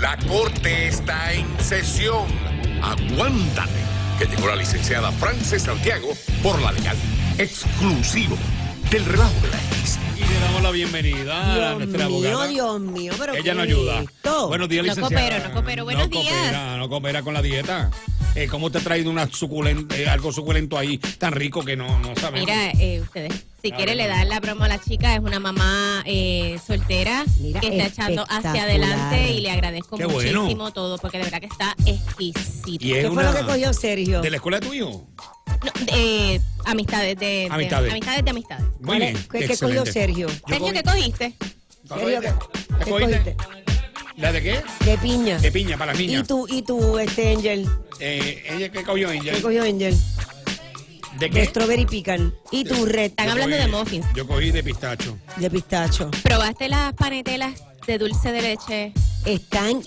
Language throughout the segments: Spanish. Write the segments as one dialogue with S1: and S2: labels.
S1: La corte está en sesión. Aguántate, que llegó la licenciada Frances Santiago por la legal. Exclusivo del relajo de la X.
S2: Y le damos la bienvenida a
S3: Dios
S2: Ah, nuestra
S3: mío,
S2: abogada.
S3: Dios mío, pero
S2: Ella no
S3: ¿qué
S2: ayuda.
S3: es esto?
S2: Buenos días,
S4: No
S2: licenciada.
S4: coopero, no coopero. Buenos
S2: no
S4: días.
S2: Coopera, no coopera con la dieta. Eh, ¿Cómo te ha traído una suculenta, eh, algo suculento ahí tan rico que no, no sabemos?
S4: Mira, eh, ustedes, si
S2: A ver.
S4: quiere le dan la broma a la chica, es una mamá eh, soltera
S3: Mira,
S4: que está echando hacia
S3: espectacular.
S4: adelante y le agradezco
S2: Qué bueno.
S4: muchísimo todo porque de verdad que está exquisito.
S2: Y es
S3: ¿Qué fue
S2: una-
S3: lo que cogió Sergio?
S2: ¿De la escuela de tu hijo?
S4: No, eh, amistades de, de-
S2: Amistades.
S4: amistades de amistades.
S2: Muy bien.
S3: ¿Qué, qué cogió
S2: excelente.
S3: Sergio?
S2: Yo
S4: Sergio,
S2: cogí-
S4: ¿qué cogiste?
S3: Sergio, ¿qué,
S2: ¿La
S3: qué
S2: cogiste?
S3: cogiste?
S2: ¿La de qué?
S3: De piña.
S2: De piña, para la
S3: ¿Y
S2: niña.
S3: tú, y tú, este Angel?
S2: Eh, ¿Ella qué cogió, Angel?
S3: ¿Qué cogió Angel?
S2: ¿De
S3: De
S2: qué?
S3: strawberry pican. ¿Y tu red
S4: Están hablando de muffins.
S2: Yo cogí de pistacho.
S3: de pistacho?
S4: ¿Probaste las panetelas de dulce de leche?
S3: Están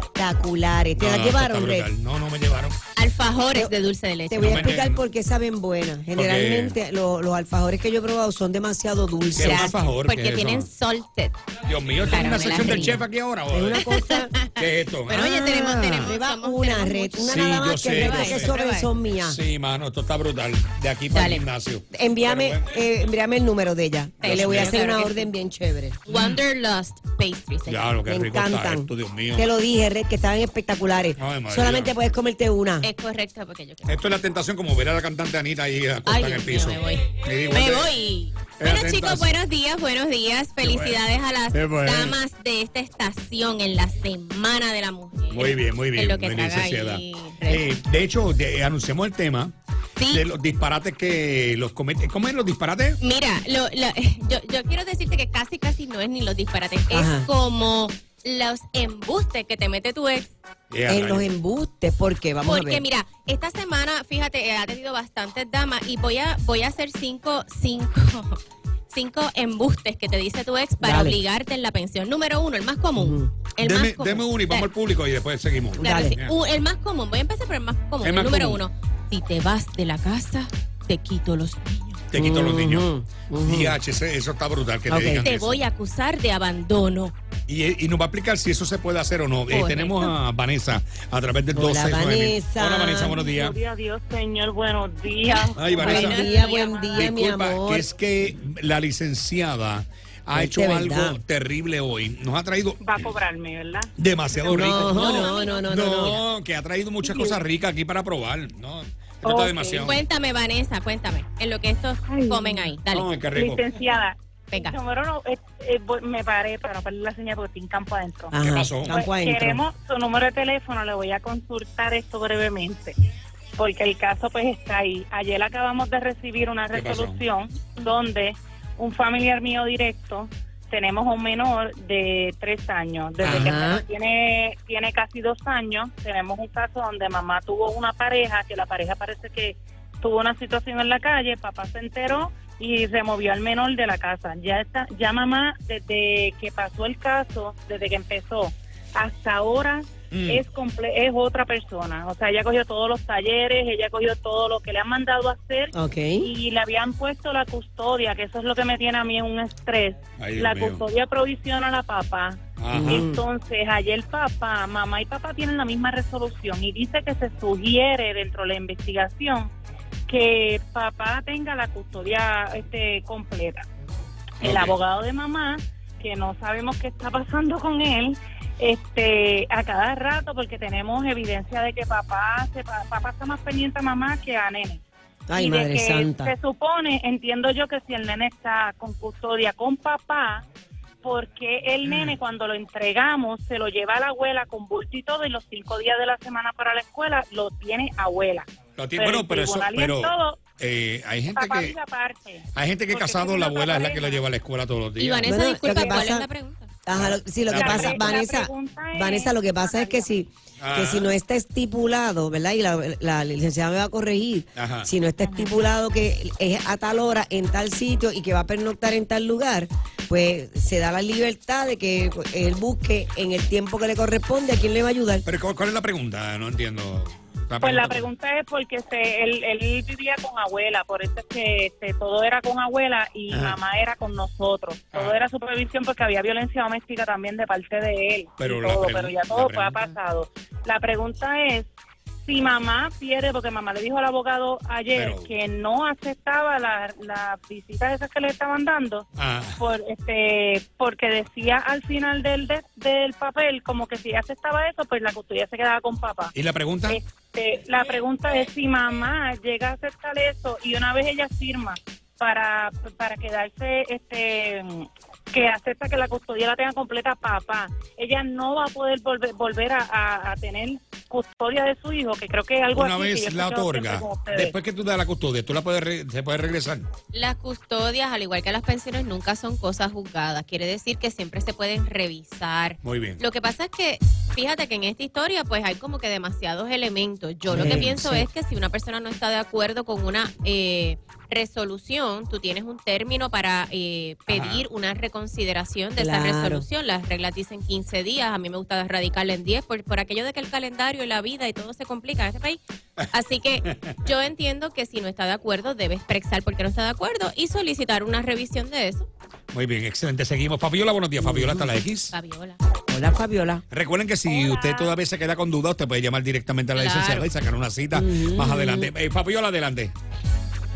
S3: espectaculares. ¿Te
S2: Oh. No,
S3: la
S2: no,
S3: llevaron,
S2: Ah, está
S3: Red?
S2: brutal. No, no me llevaron.
S4: Alfajores de dulce de leche.
S3: Te voy a
S2: No me
S3: explicar
S2: llegan.
S3: por qué saben buenas. Generalmente lo- los alfajores que yo he probado son demasiado dulces.
S2: Qué un alfajor, ¿qué
S4: porque
S2: es eso?
S4: tienen salted.
S2: Dios mío, ¿tengo una
S4: Claro, me la
S2: sección del
S4: reí.
S2: chef aquí ahora? o-
S3: Es una cosa...
S2: ¿Qué es esto?
S4: Pero oye,
S2: Ah.
S4: tenemos, tenemos,
S3: Prueba
S4: somos-
S3: una
S4: tenemos
S3: red,
S4: mucho.
S3: una
S2: Sí,
S3: nada
S2: yo
S3: más
S2: sé,
S3: que
S2: yo
S3: red, que
S2: sé.
S3: sobre son mías.
S2: Sí, mano, esto está brutal. De aquí para
S4: Dale.
S2: el gimnasio.
S3: Envíame,
S2: Pero bueno,
S3: eh, envíame el número de ella.
S4: Dios
S3: le voy a
S4: mío,
S3: hacer
S4: claro
S3: una
S4: que
S3: orden
S4: sí.
S3: bien chévere.
S4: Wanderlust Pastry. se llama.
S2: ya, lo que
S3: Me
S2: rico está
S3: encantan.
S2: esto, Dios mío.
S3: Te lo dije, Red, que estaban espectaculares.
S2: Ay, María.
S3: Solamente puedes comerte una.
S4: Es correcto porque yo quiero.
S2: Esto es la tentación como ver a la cantante Anita ahí acostada
S4: Ay,
S2: en el
S4: Dios mío,
S2: piso.
S4: me voy.
S2: Y digo,
S4: Me
S2: "Oye,
S4: voy.
S2: Eh,
S4: Bueno,
S2: atentas.
S4: chicos, buenos días, buenos días. Felicidades a las
S2: Qué bueno.
S4: damas de esta estación en la Semana de la Mujer.
S2: Muy bien, muy bien.
S4: En lo que
S2: muy
S4: traga
S2: licenciada.
S4: ahí, Rey.
S2: Eh, de hecho, de- anunciamos el tema
S4: Sí.
S2: de los disparates que los cometen. ¿Comen los disparates?
S4: Mira, lo- lo- yo, yo quiero decirte que casi, casi no es ni los disparates.
S3: Ajá.
S4: Es como los embustes que te mete tu ex
S2: Eh,
S3: En los
S2: rayos.
S4: em-
S3: embustes, ¿por qué? Vamos a
S4: Porque
S3: ver.
S4: mira, esta semana, fíjate, eh, ha tenido bastantes damas y voy a, voy a hacer cinco, cinco, cinco embustes que te dice tu ex para
S3: Dale.
S4: obligarte en la pensión. Número uno, el más común. El
S2: deme,
S4: más común.
S2: deme uno y vamos al público y después seguimos.
S4: Claro,
S3: Dale.
S4: sí. Uh, el más común, voy a empezar por el más común.
S2: El
S4: El,
S2: más
S4: número
S2: común.
S4: uno, si te vas de la casa, te quito los niños.
S2: Te quito los
S3: Ujú,
S2: niños.
S3: ujú.
S2: DH, ese- eso está brutal que
S3: Ok.
S2: te digan
S4: Te
S2: eso.
S4: voy a acusar de abandono.
S2: Y, y nos va a explicar si eso se puede hacer o no. Eh,
S4: Correcto.
S2: tenemos a Vanessa a través del
S3: Hola,
S2: 269.
S3: Vanessa.
S2: Hola, Vanessa, buenos días.
S5: Gloria a Dios, Señor, buenos días.
S2: Ay, Vanessa.
S3: Buen día, buen día, mi
S2: Disculpa,
S3: amor.
S2: que es que la licenciada ha
S3: Ay,
S2: hecho
S3: de
S2: algo
S3: verdad.
S2: terrible hoy. Nos ha traído
S5: Va a cobrarme, ¿verdad?
S2: demasiado rico.
S3: No, no, no, no, no, no.
S2: que ha traído muchas cosas ricas aquí para probar. No, esto está
S5: Ok.
S2: demasiado.
S4: Cuéntame, Vanessa, cuéntame. En lo que estos
S5: Ay.
S4: comen ahí. Dale,
S2: Ay, qué rico.
S5: Licenciada,
S4: venga.
S5: número uno, eh, eh, voy- me paré para no perder la señal porque estoy en campo adentro.
S3: Ajá,
S2: ¿Qué pasó?
S5: Pues,
S3: campo adentro.
S5: queremos su número de teléfono, le voy a consultar esto brevemente, porque el caso pues está ahí. Ayer acabamos de recibir una
S2: ¿Qué pasó?
S5: resolución donde un familiar mío directo, tenemos un menor de tres años, desde
S3: Ajá.
S5: que el menor tiene, tiene casi dos años, tenemos un caso donde mamá tuvo una pareja, que la pareja parece que tuvo una situación en la calle, papá se enteró y removió al menor de la casa. Ya está, ya mamá, desde que pasó el caso, desde que empezó hasta ahora,
S2: Mm.
S5: es comple- es otra persona. O sea, ella cogió todos los talleres, ella cogió todo lo que le han mandado a hacer
S3: Ok.
S5: y le habían puesto la custodia, que eso es lo que me tiene a mí en un estrés.
S2: Ay, Dios
S5: la
S2: mío.
S5: custodia provisional a papá.
S2: Ajá.
S3: Mm.
S5: Entonces, ayer papá, mamá y papá tienen la misma resolución y dice que se sugiere dentro de la investigación que papá tenga la custodia este, completa. El
S2: Ok.
S5: abogado de mamá, que no sabemos qué está pasando con él, este, a cada rato, porque tenemos evidencia de que papá, se, pa- papá está más pendiente a mamá que a nene.
S3: Ay,
S5: Y de
S3: Madre
S5: que este
S3: Santa.
S5: Se supone, entiendo yo, que si el nene está con custodia con papá, porque el
S3: Mm.
S5: nene cuando lo entregamos se lo lleva a la abuela con bulto y todo y los cinco días de la semana para la escuela lo tiene abuela.
S2: Lo tiene-
S5: Pero
S2: bueno,
S5: el
S2: pero eso,
S5: tribunal y
S2: pero
S5: todo,
S2: eh, hay gente
S5: papá
S2: que
S5: vive aparte.
S2: hay gente que
S5: porque
S2: casado
S5: tiene
S2: la
S5: otra
S2: abuela es la que
S5: pareja.
S2: la lleva a la escuela todos los
S4: Y
S2: días.
S4: Vanessa,
S3: Bueno, lo
S4: disculpa,
S3: que
S4: ¿cuál es
S3: pasa-
S4: la pregunta?
S3: Ajá, lo- sí, lo que
S2: La
S3: pasa,
S2: pre- la
S3: Vanessa,
S5: pregunta es-
S3: Vanessa, lo que pasa es que si,
S2: Ajá.
S3: que si
S2: Ah.
S3: no está estipulado, ¿verdad? Y la, la licenciada me va a corregir,
S2: Ajá.
S3: si no está estipulado que es a tal hora, en tal sitio y que va a pernoctar en tal lugar, pues se da la libertad de que él busque en el tiempo que le corresponde a quien le va a ayudar.
S2: Pero ¿cuál, cuál es la pregunta? No entiendo. La
S5: Pues la
S2: pregunta-
S5: pregunta es porque se, él, él vivía con abuela, por eso es que este, todo era con abuela y
S2: Ajá.
S5: mamá era con nosotros. Todo
S2: Ah.
S5: era supervisión porque había violencia doméstica también de parte de él.
S2: Pero
S5: y
S2: la
S5: todo,
S2: pregun-
S5: pero ya
S2: la
S5: todo fue
S2: pregunta-
S5: pasado. La pregunta es si mamá pierde, porque mamá le dijo al abogado ayer
S2: Pero-
S5: que no aceptaba la- las visitas esas que le estaban dando.
S2: Ah,
S5: Por, este, porque decía al final del, de- del papel como que si ella aceptaba eso, pues la custodia se quedaba con papá.
S2: ¿Y la pregunta?
S5: Este, la pregunta es si mamá llega a aceptar eso y una vez ella firma para, para quedarse, este, que acepta que la custodia la tenga completa papá, ella no va a poder volver, volver a, a- a tener custodia de su hijo, que creo que es algo
S2: Una
S5: así que yo
S2: vez
S5: he
S2: la
S5: escuchado
S2: otorga,
S5: siempre con ustedes.
S2: después que tú das la custodia, tú la puedes re- se puede regresar.
S4: Las custodias, al igual que las pensiones, nunca son cosas juzgadas. Quiere decir que siempre se pueden revisar.
S2: Muy bien.
S4: Lo que pasa es que, fíjate que en esta historia, pues hay como que demasiados elementos. Yo lo que
S3: Sí,
S4: pienso
S3: sí.
S4: es que si una persona no está de acuerdo con una eh, resolución, tú tienes un término para eh, pedir una reconsideración de esa
S3: Claro.
S4: resolución. Las reglas dicen 15 días, a mí me gusta radicarla en 10, por, por aquello de que el calendario y la vida y todo se complica en este país. Así que yo entiendo que si no está de acuerdo, debe expresar por qué no está de acuerdo y solicitar una revisión de eso.
S2: Muy bien, excelente. Seguimos. Fabiola, buenos días. Fabiola hasta la X.
S4: Fabiola.
S3: Hola, Fabiola.
S2: Recuerden que si usted todavía se queda con duda, usted puede llamar directamente a la
S4: Claro.
S2: licenciada y sacar una cita
S3: Mm.
S2: más adelante. Eh, Fabiola, adelante.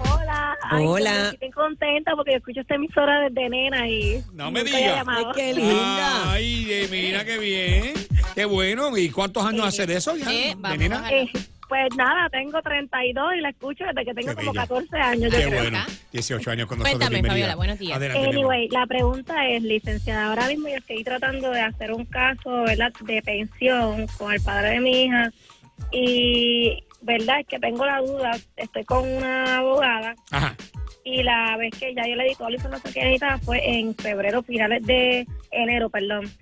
S6: Hola.
S3: Hola.
S6: yo Estoy contenta porque yo escucho esta emisora desde nena y.
S2: No me
S6: nunca había
S2: diga.
S6: llamado.
S3: Ay, qué linda.
S2: Ay, eh, mira qué bien. Qué bueno. ¿Y cuántos años hace de eso ya?
S4: Eh, vamos
S2: nena?
S4: a-
S6: Eh, pues nada, tengo 32 y la escucho desde que tengo
S2: Qué
S6: como
S2: bella.
S6: 14 años. yo
S2: Qué
S6: creo.
S2: bueno. 18 años con nosotros.
S4: Cuéntame,
S2: bienvenida.
S4: Fabiola, buenos días.
S2: Adelante, mi amor.
S6: Anyway, la pregunta es, licenciada, ahora mismo yo estoy tratando de hacer un caso ¿verdad? de pensión con el padre de mi hija y, ¿verdad? Es que tengo la duda, estoy con una abogada
S2: Ajá.
S6: y la vez que ya yo le di toda la información que necesitaba fue en febrero, finales de enero, perdón.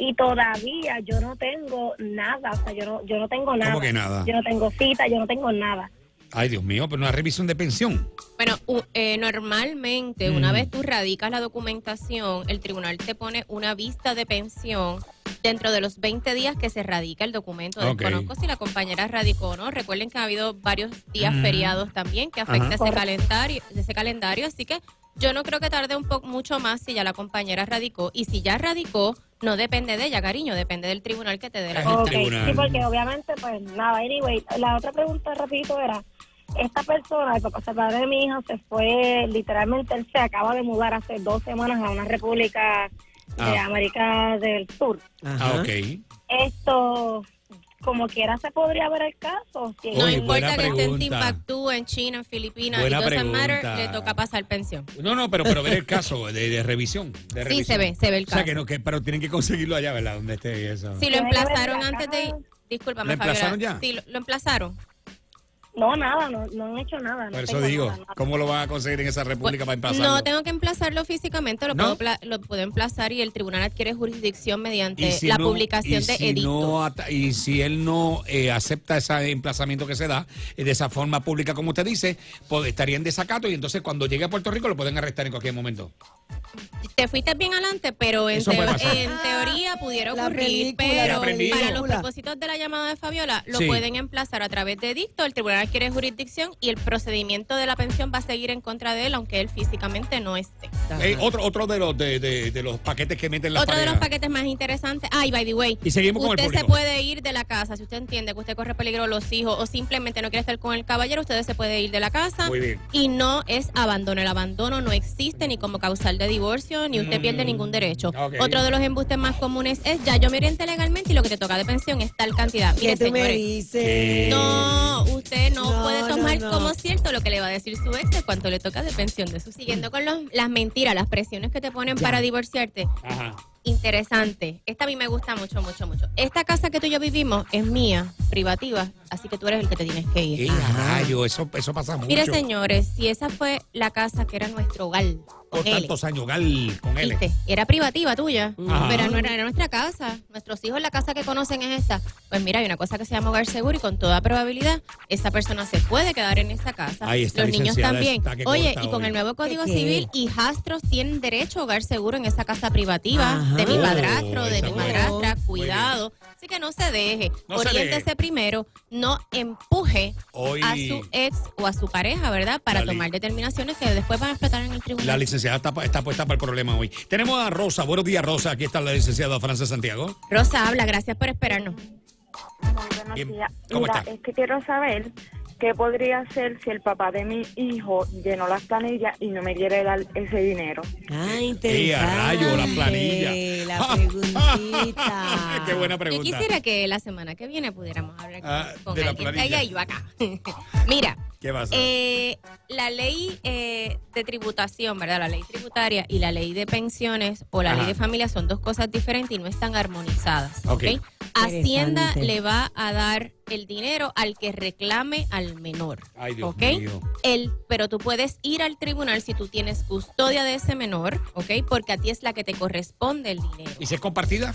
S6: Y todavía yo no tengo nada, o sea, yo no, yo no tengo nada.
S2: que nada?
S6: Yo no tengo cita, yo no tengo nada.
S2: Ay, Dios mío, pero una revisión de pensión.
S4: Bueno, u- eh, normalmente
S2: Mm.
S4: una vez tú radicas la documentación, el tribunal te pone una vista de pensión dentro de los 20 días que se radica el documento.
S2: Ok.
S4: Desconozco si la compañera radicó o no. Recuerden que ha habido varios días
S2: Mm.
S4: feriados también que afecta
S2: Ajá.
S4: ese calendario, ese calendario, así que yo no creo que tarde un poco mucho más si ya la compañera radicó y si ya radicó no depende de ella, cariño, depende del tribunal que te dé la
S2: Es
S4: vista.
S2: el
S6: Ok,
S2: tribunal.
S6: sí, porque obviamente, pues nada, anyway, la otra pregunta, repito, era, esta persona, el papá, o sea, el padre de mi hija, se fue, literalmente, él se acaba de mudar hace dos semanas a una república de
S2: Ah.
S6: América del Sur.
S2: Ah,
S3: Ajá.
S2: ok.
S6: Esto, como quiera, se podría ver el caso. Si
S4: No
S2: Uy, buena
S4: importa que esté en
S2: pregunta.
S4: Timbuktu, en China, en Filipinas,
S2: Buena
S4: y doesn't matter,
S2: pregunta.
S4: le toca pasar pensión.
S2: No, no, pero, pero ver el caso de, de revisión. de
S4: Sí,
S2: revisión.
S4: se ve, se ve el
S2: O sea,
S4: caso.
S2: que no, que, pero tienen que conseguirlo allá, ¿verdad? Donde esté eso.
S4: Si lo
S6: Tiene que ver
S4: emplazaron
S6: la
S4: antes de...
S6: cara.
S4: Discúlpame,
S2: ¿Lo
S4: Fabiola.
S2: emplazaron ya?
S4: Sí, lo, lo emplazaron.
S6: No, nada, no, no han hecho nada. no
S2: Por eso
S6: tengo
S2: digo,
S6: nada, nada.
S2: ¿cómo lo van a conseguir en esa república para emplazarlo?
S4: No tengo que emplazarlo físicamente, lo,
S2: ¿No?
S4: puedo, pla- lo puedo emplazar y el tribunal adquiere jurisdicción mediante
S2: Y si
S4: la
S2: no-
S4: publicación
S2: y
S4: de
S2: si
S4: edictos.
S2: no ata- y si él no eh, acepta ese emplazamiento que se da eh, de esa forma pública, como usted dice, pues, estaría en desacato y entonces cuando llegue a Puerto Rico lo pueden arrestar en cualquier momento.
S4: Te fuiste bien adelante, pero en,
S2: Eso puede
S4: teo-
S2: pasar.
S4: en teoría pudiera
S3: La
S4: ocurrir,
S3: película,
S2: Ya
S4: pero
S2: aprendí.
S4: para los
S3: película.
S4: propósitos de la llamada de Fabiola, lo
S2: Sí.
S4: pueden emplazar a través de edicto, el tribunal adquiere jurisdicción y el procedimiento de la pensión va a seguir en contra de él, aunque él físicamente no esté.
S3: Ajá.
S2: Eh, otro otro de los de, de- de los paquetes que meten las
S4: Otro de
S2: parejas.
S4: los paquetes más interesantes. Ay, by the way.
S2: Y seguimos con el
S4: usted se
S2: público.
S4: puede ir de la casa. Si usted entiende que usted corre peligro a los hijos o simplemente no quiere estar con el caballero, usted se puede ir de la casa.
S2: Muy bien.
S4: Y no es abandono. El abandono no existe ni como causal de divorcio, ni usted pierde ningún derecho.
S2: Mm. Ah, ok.
S4: Otro de los embustes más comunes es ya yo me oriente legalmente y lo que te toca de pensión es tal cantidad. Mire,
S3: ¿Qué tú me
S4: señores,
S3: dices?
S4: no, usted no,
S3: No,
S4: puede tomar
S3: no, no.
S4: como cierto lo que le va a decir su ex de cuánto le toca de pensión de su. Siguiendo con los- las mentiras, las presiones que te ponen
S3: Ya.
S4: para divorciarte.
S2: Ajá.
S4: Interesante. Esta a mí me gusta mucho, mucho, mucho. Esta casa que tú y yo vivimos es mía, privativa, así que tú eres el que te tienes que ir.
S2: Qué rayo, eso, eso pasa mucho.
S4: Mire, señores, si esa fue la casa que era nuestro hogar,
S2: Por
S4: con L, Este.
S2: tantos años, Gal, con él.
S4: ¿viste? era privativa tuya,
S2: Ajá.
S4: pero no era, era nuestra casa. Nuestros hijos, la casa que conocen es esta. Pues mira, hay una cosa que se llama hogar seguro y con toda probabilidad esa persona se puede quedar en esa casa.
S2: Ahí está,
S4: Los niños
S2: licenciada,
S4: también.
S2: está que
S4: Oye,
S2: corta
S4: y con
S2: hoy.
S4: el nuevo Código
S3: ¿Qué?
S4: Civil, hijastros tienen derecho a hogar seguro en esa casa privativa
S3: Ajá.
S4: de mi
S2: Oh,
S4: padrastro, de
S2: esa
S4: mi
S2: buena.
S4: madrastra.
S2: Muy bien.
S4: Cuidado. pasado. Así que no se deje.
S2: No se
S4: Oriéntese
S2: deje.
S4: primero. No empuje
S2: Hoy-
S4: a su ex o a su pareja, ¿verdad? Para
S2: Lali.
S4: tomar determinaciones que después van a explotar en el tribunal.
S2: La licenciada está, pa- está puesta para el problema hoy. Tenemos a Rosa. Buenos días, Rosa. Aquí está la licenciada Frances Santiago.
S4: Rosa habla, gracias por esperarnos.
S5: Muy buenos
S2: Bien.
S5: días.
S2: ¿Cómo
S5: Mira,
S2: está?
S5: este, es que quiero saber qué podría hacer si el papá de mi hijo llenó las planillas y no me quiere dar ese dinero.
S3: Ah,
S2: ¡Eh,
S3: interesante.
S2: a rayo, la planilla!
S3: La preguntita.
S2: ¡Qué buena
S4: Yo
S2: pregunta!
S4: quisiera que la semana que viene pudiéramos hablar con,
S2: Ah,
S4: con
S2: de la
S4: alguien.
S2: planilla.
S4: Ella y yo acá. Mira,
S2: ¿Qué pasa?
S4: eh, la ley eh, de tributación, ¿verdad? La ley tributaria y la ley de pensiones o la
S2: Ajá.
S4: ley de familia son dos cosas diferentes y no están armonizadas.
S2: Ok.
S4: ¿ok? Hacienda
S3: Interesante.
S4: le va a dar el dinero al que reclame al menor.
S2: Ay, Dios
S4: ¿ok?
S2: mío.
S4: El, pero tú puedes ir al tribunal si tú tienes custodia de ese menor, ¿ok? Porque a ti es la que te corresponde el dinero.
S2: ¿Y si es compartida?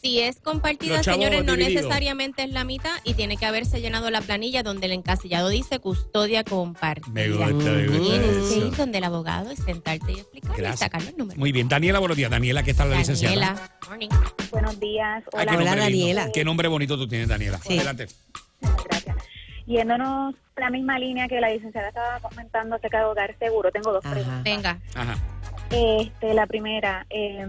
S4: Si es compartida,
S2: Los chavos
S4: señores, no
S2: divididos.
S4: necesariamente es la mitad y tiene que haberse llenado la planilla donde el encasillado dice custodia compartida.
S2: Me gusta, me gusta
S4: Tienes que
S2: eso.
S4: ir donde el abogado es sentarte y explicar
S2: Gracias.
S4: y sacar los números.
S2: Muy bien. Daniela, buenos días. Daniela, aquí está la licenciada.
S4: Daniela, morning.
S5: Buenos
S2: Ay,
S5: días. Hola.
S2: qué
S3: Hola,
S2: nombre lindo.
S3: Daniela.
S2: Qué nombre bonito tú tienes, Daniela.
S3: Sí.
S2: Adelante.
S5: Muchas Gracias. Yéndonos por la misma línea que la licenciada estaba comentando acerca de hogar seguro, tengo dos
S3: Ajá.
S5: preguntas.
S4: Venga,
S2: Ajá.
S5: Este, la primera, eh,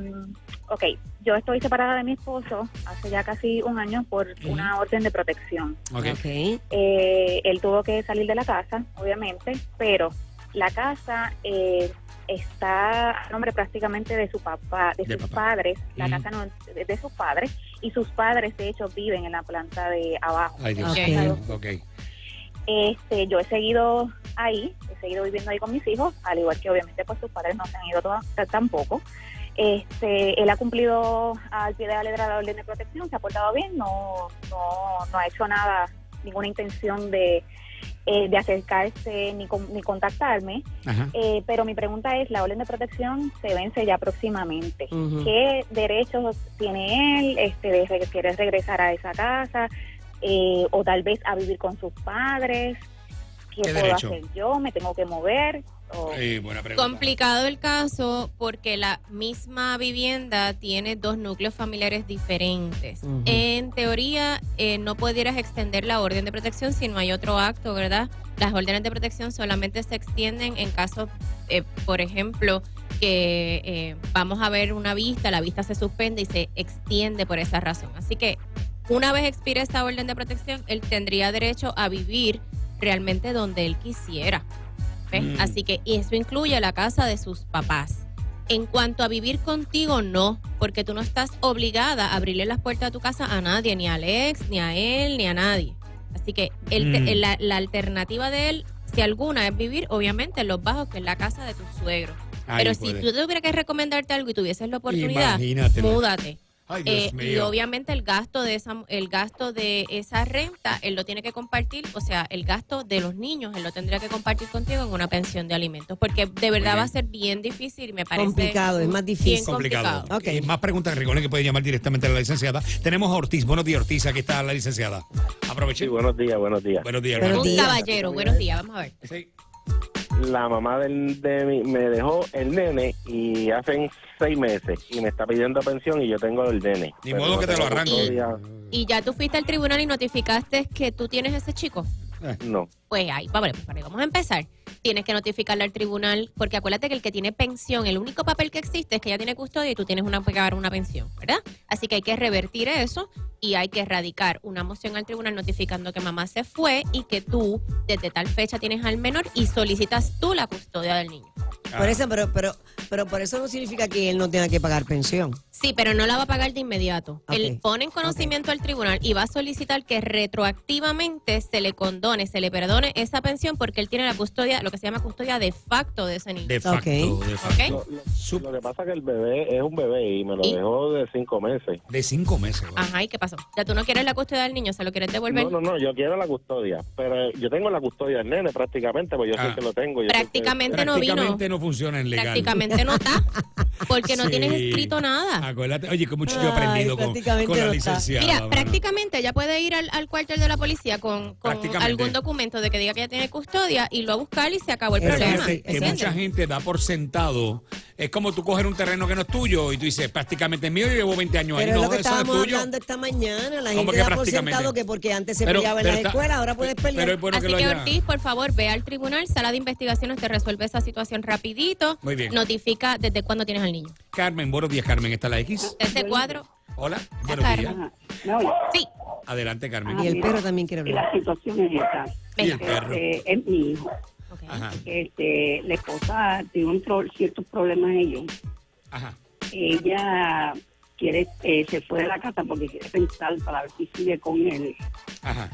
S5: ok, yo estoy separada de mi esposo hace ya casi un año por
S2: Ujú.
S5: una orden de protección.
S2: Ok.
S3: Ok.
S5: Eh, él tuvo que salir de la casa, obviamente, pero la casa eh, está a nombre prácticamente de su papá, de,
S2: De
S5: sus
S2: papá. Mm.
S5: padres, la
S2: Ujú.
S5: casa no, de, de sus padres, y sus padres de hecho viven en la planta de abajo.
S2: Ay, Dios
S3: Ok.
S5: Ah.
S2: mío. Ok.
S5: Este, yo he seguido ahí, he seguido viviendo ahí con mis hijos, al igual que obviamente pues sus padres no se han ido to- t- tampoco. Este, él ha cumplido al pie de la letra la orden de protección, se ha portado bien, no, no, no ha hecho nada, ninguna intención de, eh, de acercarse ni, con- ni contactarme.
S2: Ajá.
S5: Eh, pero mi pregunta es, la orden de protección se vence ya próximamente.
S3: Ujú.
S5: ¿Qué derechos tiene él? Este, de re- ¿Quiere regresar a esa casa? Eh, ¿O tal vez a vivir con sus padres? ¿Qué,
S2: ¿Qué
S5: puedo
S2: derecho?
S5: hacer yo? ¿Me tengo que mover? O-
S2: Eh, buena pregunta.
S4: complicado el caso porque la misma vivienda tiene dos núcleos familiares diferentes.
S3: Ujú.
S4: En teoría, eh, no pudieras extender la orden de protección si no hay otro acto, ¿verdad? Las órdenes de protección solamente se extienden en casos, eh, por ejemplo, que eh, vamos a ver una vista, la vista se suspende y se extiende por esa razón. Así que una vez expire esa orden de protección, él tendría derecho a vivir realmente donde él quisiera. ¿ves?
S2: Mm.
S4: Así que y eso incluye la casa de sus papás. En cuanto a vivir contigo, no, porque tú no estás obligada a abrirle las puertas a tu casa a nadie, ni a Alex, ni a él, ni a nadie. Así que él te-
S2: Mm.
S4: la, la alternativa de él, si alguna, es vivir obviamente en los bajos, que es la casa de tus suegros.
S2: Ahí
S4: Pero
S2: puede.
S4: si tú tuviera que recomendarte algo y tuvieses la oportunidad,
S2: Imagínatelo.
S4: múdate.
S2: Ay, Dios
S4: Eh, y
S2: mío.
S4: obviamente el gasto de esa el gasto de esa renta él lo tiene que compartir, o sea, el gasto de los niños él lo tendría que compartir contigo en una pensión de alimentos, porque de verdad
S2: bien.
S4: va a ser bien difícil, me parece.
S3: Complicado, es más
S4: bien
S3: difícil.
S2: complicado.
S3: complicado. Ok.
S2: Eh, más preguntas, recuerden que puede llamar directamente a la licenciada. Tenemos a Ortiz. Buenos días, Ortiz. Aquí está la licenciada. Aproveché.
S7: Sí, buenos días, buenos días.
S2: Buenos días,
S3: Buenos
S2: hermano.
S4: Un
S3: días.
S4: caballero, buenos días, vamos a ver.
S2: Sí.
S7: La mamá del, de mi, me dejó el nene y hacen seis meses y me está pidiendo pensión y yo tengo el nene.
S2: Ni
S7: Pero
S2: modo
S7: no
S2: que te lo
S7: tengo
S2: arranque.
S7: custodia,
S4: Y ya tú fuiste al tribunal y notificaste que tú tienes ese chico.
S7: No.
S4: Pues ahí, vamos, pues, vale, vamos a empezar. Tienes que notificarle al tribunal, porque acuérdate que el que tiene pensión, el único papel que existe es que ella tiene custodia y tú tienes una, que pagar una pensión, ¿verdad? Así que hay que revertir eso y hay que erradicar una moción al tribunal notificando que mamá se fue y que tú desde tal fecha tienes al menor y solicitas tú la custodia del niño.
S3: Por
S2: Ah.
S3: eso, pero, pero, pero por eso no significa que él no tenga que pagar pensión.
S4: Sí, pero no la va a pagar de inmediato.
S3: Ok.
S4: Él pone en conocimiento al tribunal y va a solicitar que retroactivamente se le condone, se le perdone esa pensión porque él tiene la custodia, lo que se llama custodia de facto de ese niño.
S2: De facto,
S3: Ok.
S2: de facto.
S4: ¿Ok?
S7: Lo, lo- lo que pasa es que el bebé es un bebé y me lo
S2: Eh.
S4: ¿Y?
S7: dejó de cinco meses.
S2: De cinco meses. güey.
S4: Ajá, ¿y qué pasó? Ya tú no quieres la custodia del niño, se lo quieres devolver.
S7: No, no, no, yo quiero la custodia, pero yo tengo la custodia del nene prácticamente, pues yo
S2: Ah.
S7: sé que lo tengo. Yo sé que-
S4: prácticamente no vino.
S2: Prácticamente no funciona en legal.
S4: Prácticamente no está. porque no
S2: Sí. Ah,
S4: tienes escrito nada.
S2: Acuérdate, oye, que mucho yo he
S3: Ay,
S2: aprendido con,
S3: prácticamente
S2: con la
S3: lo está.
S2: licenciada.
S4: Mira,
S2: mano.
S4: prácticamente ella puede ir al, al cuartel de la policía con, con
S2: Prácticamente.
S4: algún documento de que diga que ella tiene custodia y lo a buscar y se acabó el
S3: Eso
S2: Pero
S4: problema.
S2: fíjate que
S4: ¿entiendes?
S2: mucha gente da por sentado. Es como tú coger un terreno que no es tuyo y tú dices, prácticamente es mío, yo llevo 20 años ahí.
S3: Pero
S2: No,
S3: es lo que
S2: eso no es
S3: estábamos
S2: tuyo.
S3: hablando esta mañana. La
S2: ¿Cómo
S3: gente
S2: que
S3: da por
S2: prácticamente?
S3: sentado que porque antes se
S2: Pero-
S3: peleaba en
S2: pero
S3: las
S2: está-
S3: escuelas, ahora puedes pelear.
S2: Pero es bueno
S4: Así
S2: que
S4: que,
S2: lo haya-
S4: Ortiz, por favor, ve al tribunal, sala de investigaciones, te resuelve esa situación rapidito.
S2: Muy bien.
S4: Notifica desde cuándo tienes al niño.
S2: Carmen, buenos días, Carmen. ¿Está la X?
S4: Desde cuadro.
S2: Hola, buenos
S4: Carmen.
S2: días.
S4: Sí,
S2: Adelante, Carmen.
S3: Y el perro también quiere hablar.
S6: La situación es esta.
S2: Y el
S4: venga.
S2: perro.
S6: Eh, es mi hijo.
S4: Ok.
S2: Ajá,
S6: Este, la esposa tiene un pro- ciertos problemas ellos.
S2: ajá.
S6: Ella quiere eh, se fue de la casa porque quiere pensar para ver si sigue con él.
S2: Ajá.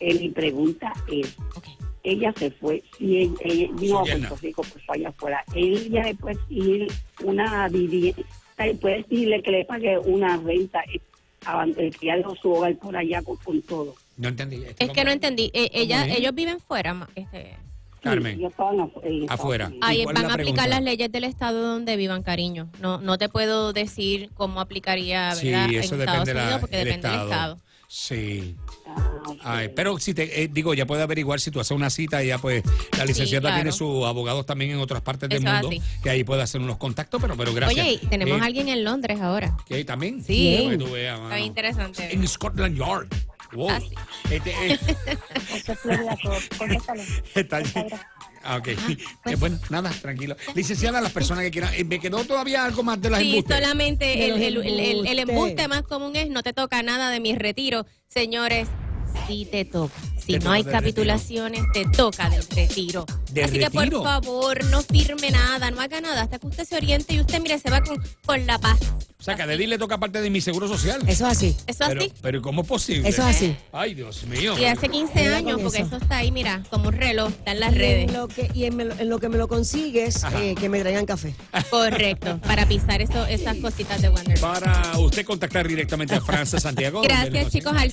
S6: Eh, mi pregunta es,
S4: Ok.
S6: ella se fue, si él- ella vino a
S2: yerna.
S6: Puerto Rico, pues fue allá afuera. Ella le puede exigir una vivienda, y puede decirle que le pague una renta, eh, aban- eh, que ya dejó su hogar por allá con, con todo.
S2: No entendí.
S4: Es que no entendí. Eh, ella,
S2: bien.
S4: ellos viven fuera. ma- este,
S6: Sí,
S2: Carmen.
S6: ellos estaban afu- en Estados
S2: Afuera.
S6: Unidos.
S4: ahí
S2: ¿cuál es
S4: van
S2: la
S4: a aplicar
S2: pregunta?
S4: las leyes del estado donde vivan, cariño. No, no te puedo decir cómo aplicaría,
S2: Sí,
S4: ¿verdad?
S2: eso
S4: en
S2: depende
S4: Estados
S2: la-
S4: Unidos, porque
S2: el
S4: depende del estado.
S2: Sí.
S6: Ah, ok.
S2: Ay, pero si te eh, digo, ya puede averiguar si tú haces una cita y ya pues la licenciada
S4: claro.
S2: tiene sus abogados también en otras partes del
S4: Eso es
S2: mundo
S4: así.
S2: que ahí puede hacer unos contactos, pero pero gracias.
S4: Oye, y tenemos
S2: Eh,
S4: a alguien en Londres ahora.
S2: que también.
S4: Sí.
S2: Para que tú veas,
S4: Está
S2: mano.
S4: interesante.
S2: En Scotland Yard. Wow.
S4: Ah, sí.
S2: Este, eh,
S8: Esto es Florida, contéstale.
S2: está allí. Ah, ok. Eh,
S4: pues.
S2: bueno, nada, tranquilo. Licenciada, las personas que quieran. eh, me quedó todavía algo más de las
S4: Sí,
S2: embustes.
S4: solamente
S3: De
S4: el,
S3: los
S4: el- el- el- el embuste
S3: embustes.
S4: más común es no te toca nada de mi retiro. Señores, sí te toca. Si
S2: Te
S4: no
S2: toca
S4: hay
S2: del retiro.
S4: capitulaciones, te toca del retiro.
S2: ¿Del
S4: Así que
S2: retiro?
S4: por favor, no firme nada, no haga nada hasta que usted se oriente y usted, mire, se va con, con la paz.
S2: O sea, que a Deli le toca parte de mi seguro social.
S3: Eso es así.
S4: Eso
S2: Pero,
S4: así.
S2: pero ¿cómo es posible?
S3: Eso es así.
S2: Ay, Dios mío.
S4: Y hace 15
S3: Cuidado
S4: años,
S3: con
S4: porque
S3: eso.
S4: eso está ahí, mira, como un reloj, está en las
S3: Y
S4: redes.
S3: en lo que, y en, me lo- en lo que me lo consigues,
S2: Ajá.
S3: eh, que me traigan café.
S4: Correcto, para pisar eso, esas cositas de Wonder.
S2: Para usted contactar directamente a Franza Santiago. ¿dónde lo
S4: Gracias
S2: consigue?
S4: chicos al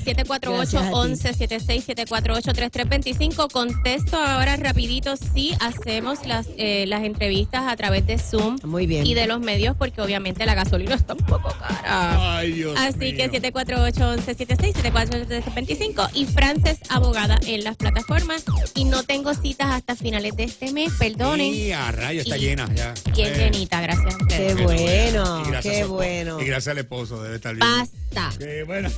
S4: 748-1176-748-3325. Contesto ahora rapidito si hacemos las, eh, las entrevistas a través de Zoom
S3: Muy bien.
S4: y de los medios porque obviamente la gasolina está un poco cara.
S2: Ay, Ah, Dios
S4: Así
S2: mío.
S4: que 748-1176-748-3325 y Frances Abogada en las plataformas. Y no tengo citas hasta finales de este mes, perdonen.
S2: Y a raya está
S4: Y-
S2: llena ya.
S4: Y es
S2: Eh,
S4: llenita, gracias a
S3: Qué
S4: ustedes.
S2: pero
S3: bueno,
S2: y gracias
S3: qué
S2: a-
S3: bueno.
S2: Y gracias al esposo, debe estar bien.
S4: Basta.
S2: Qué bueno.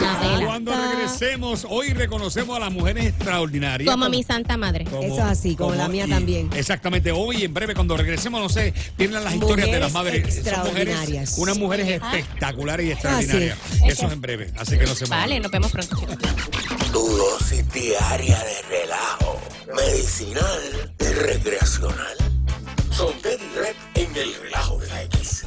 S4: Navela.
S2: Cuando regresemos, hoy reconocemos a las mujeres extraordinarias.
S4: Como mi santa madre.
S3: Eso es así, como la mía también.
S2: Exactamente, hoy en breve, cuando regresemos, no sé, vienen las historias de las
S3: Mujeres
S2: madres. Son mujeres-
S3: extraordinarias. Ah.
S2: unas mujeres espectaculares y extraordinarias. Eso es en breve, así que no se muevan.
S4: Vale, nos vemos pronto, chicos.
S1: Tu dosis diaria de relajo, medicinal y recreacional. Son Teddy Rep en el relajo de la X.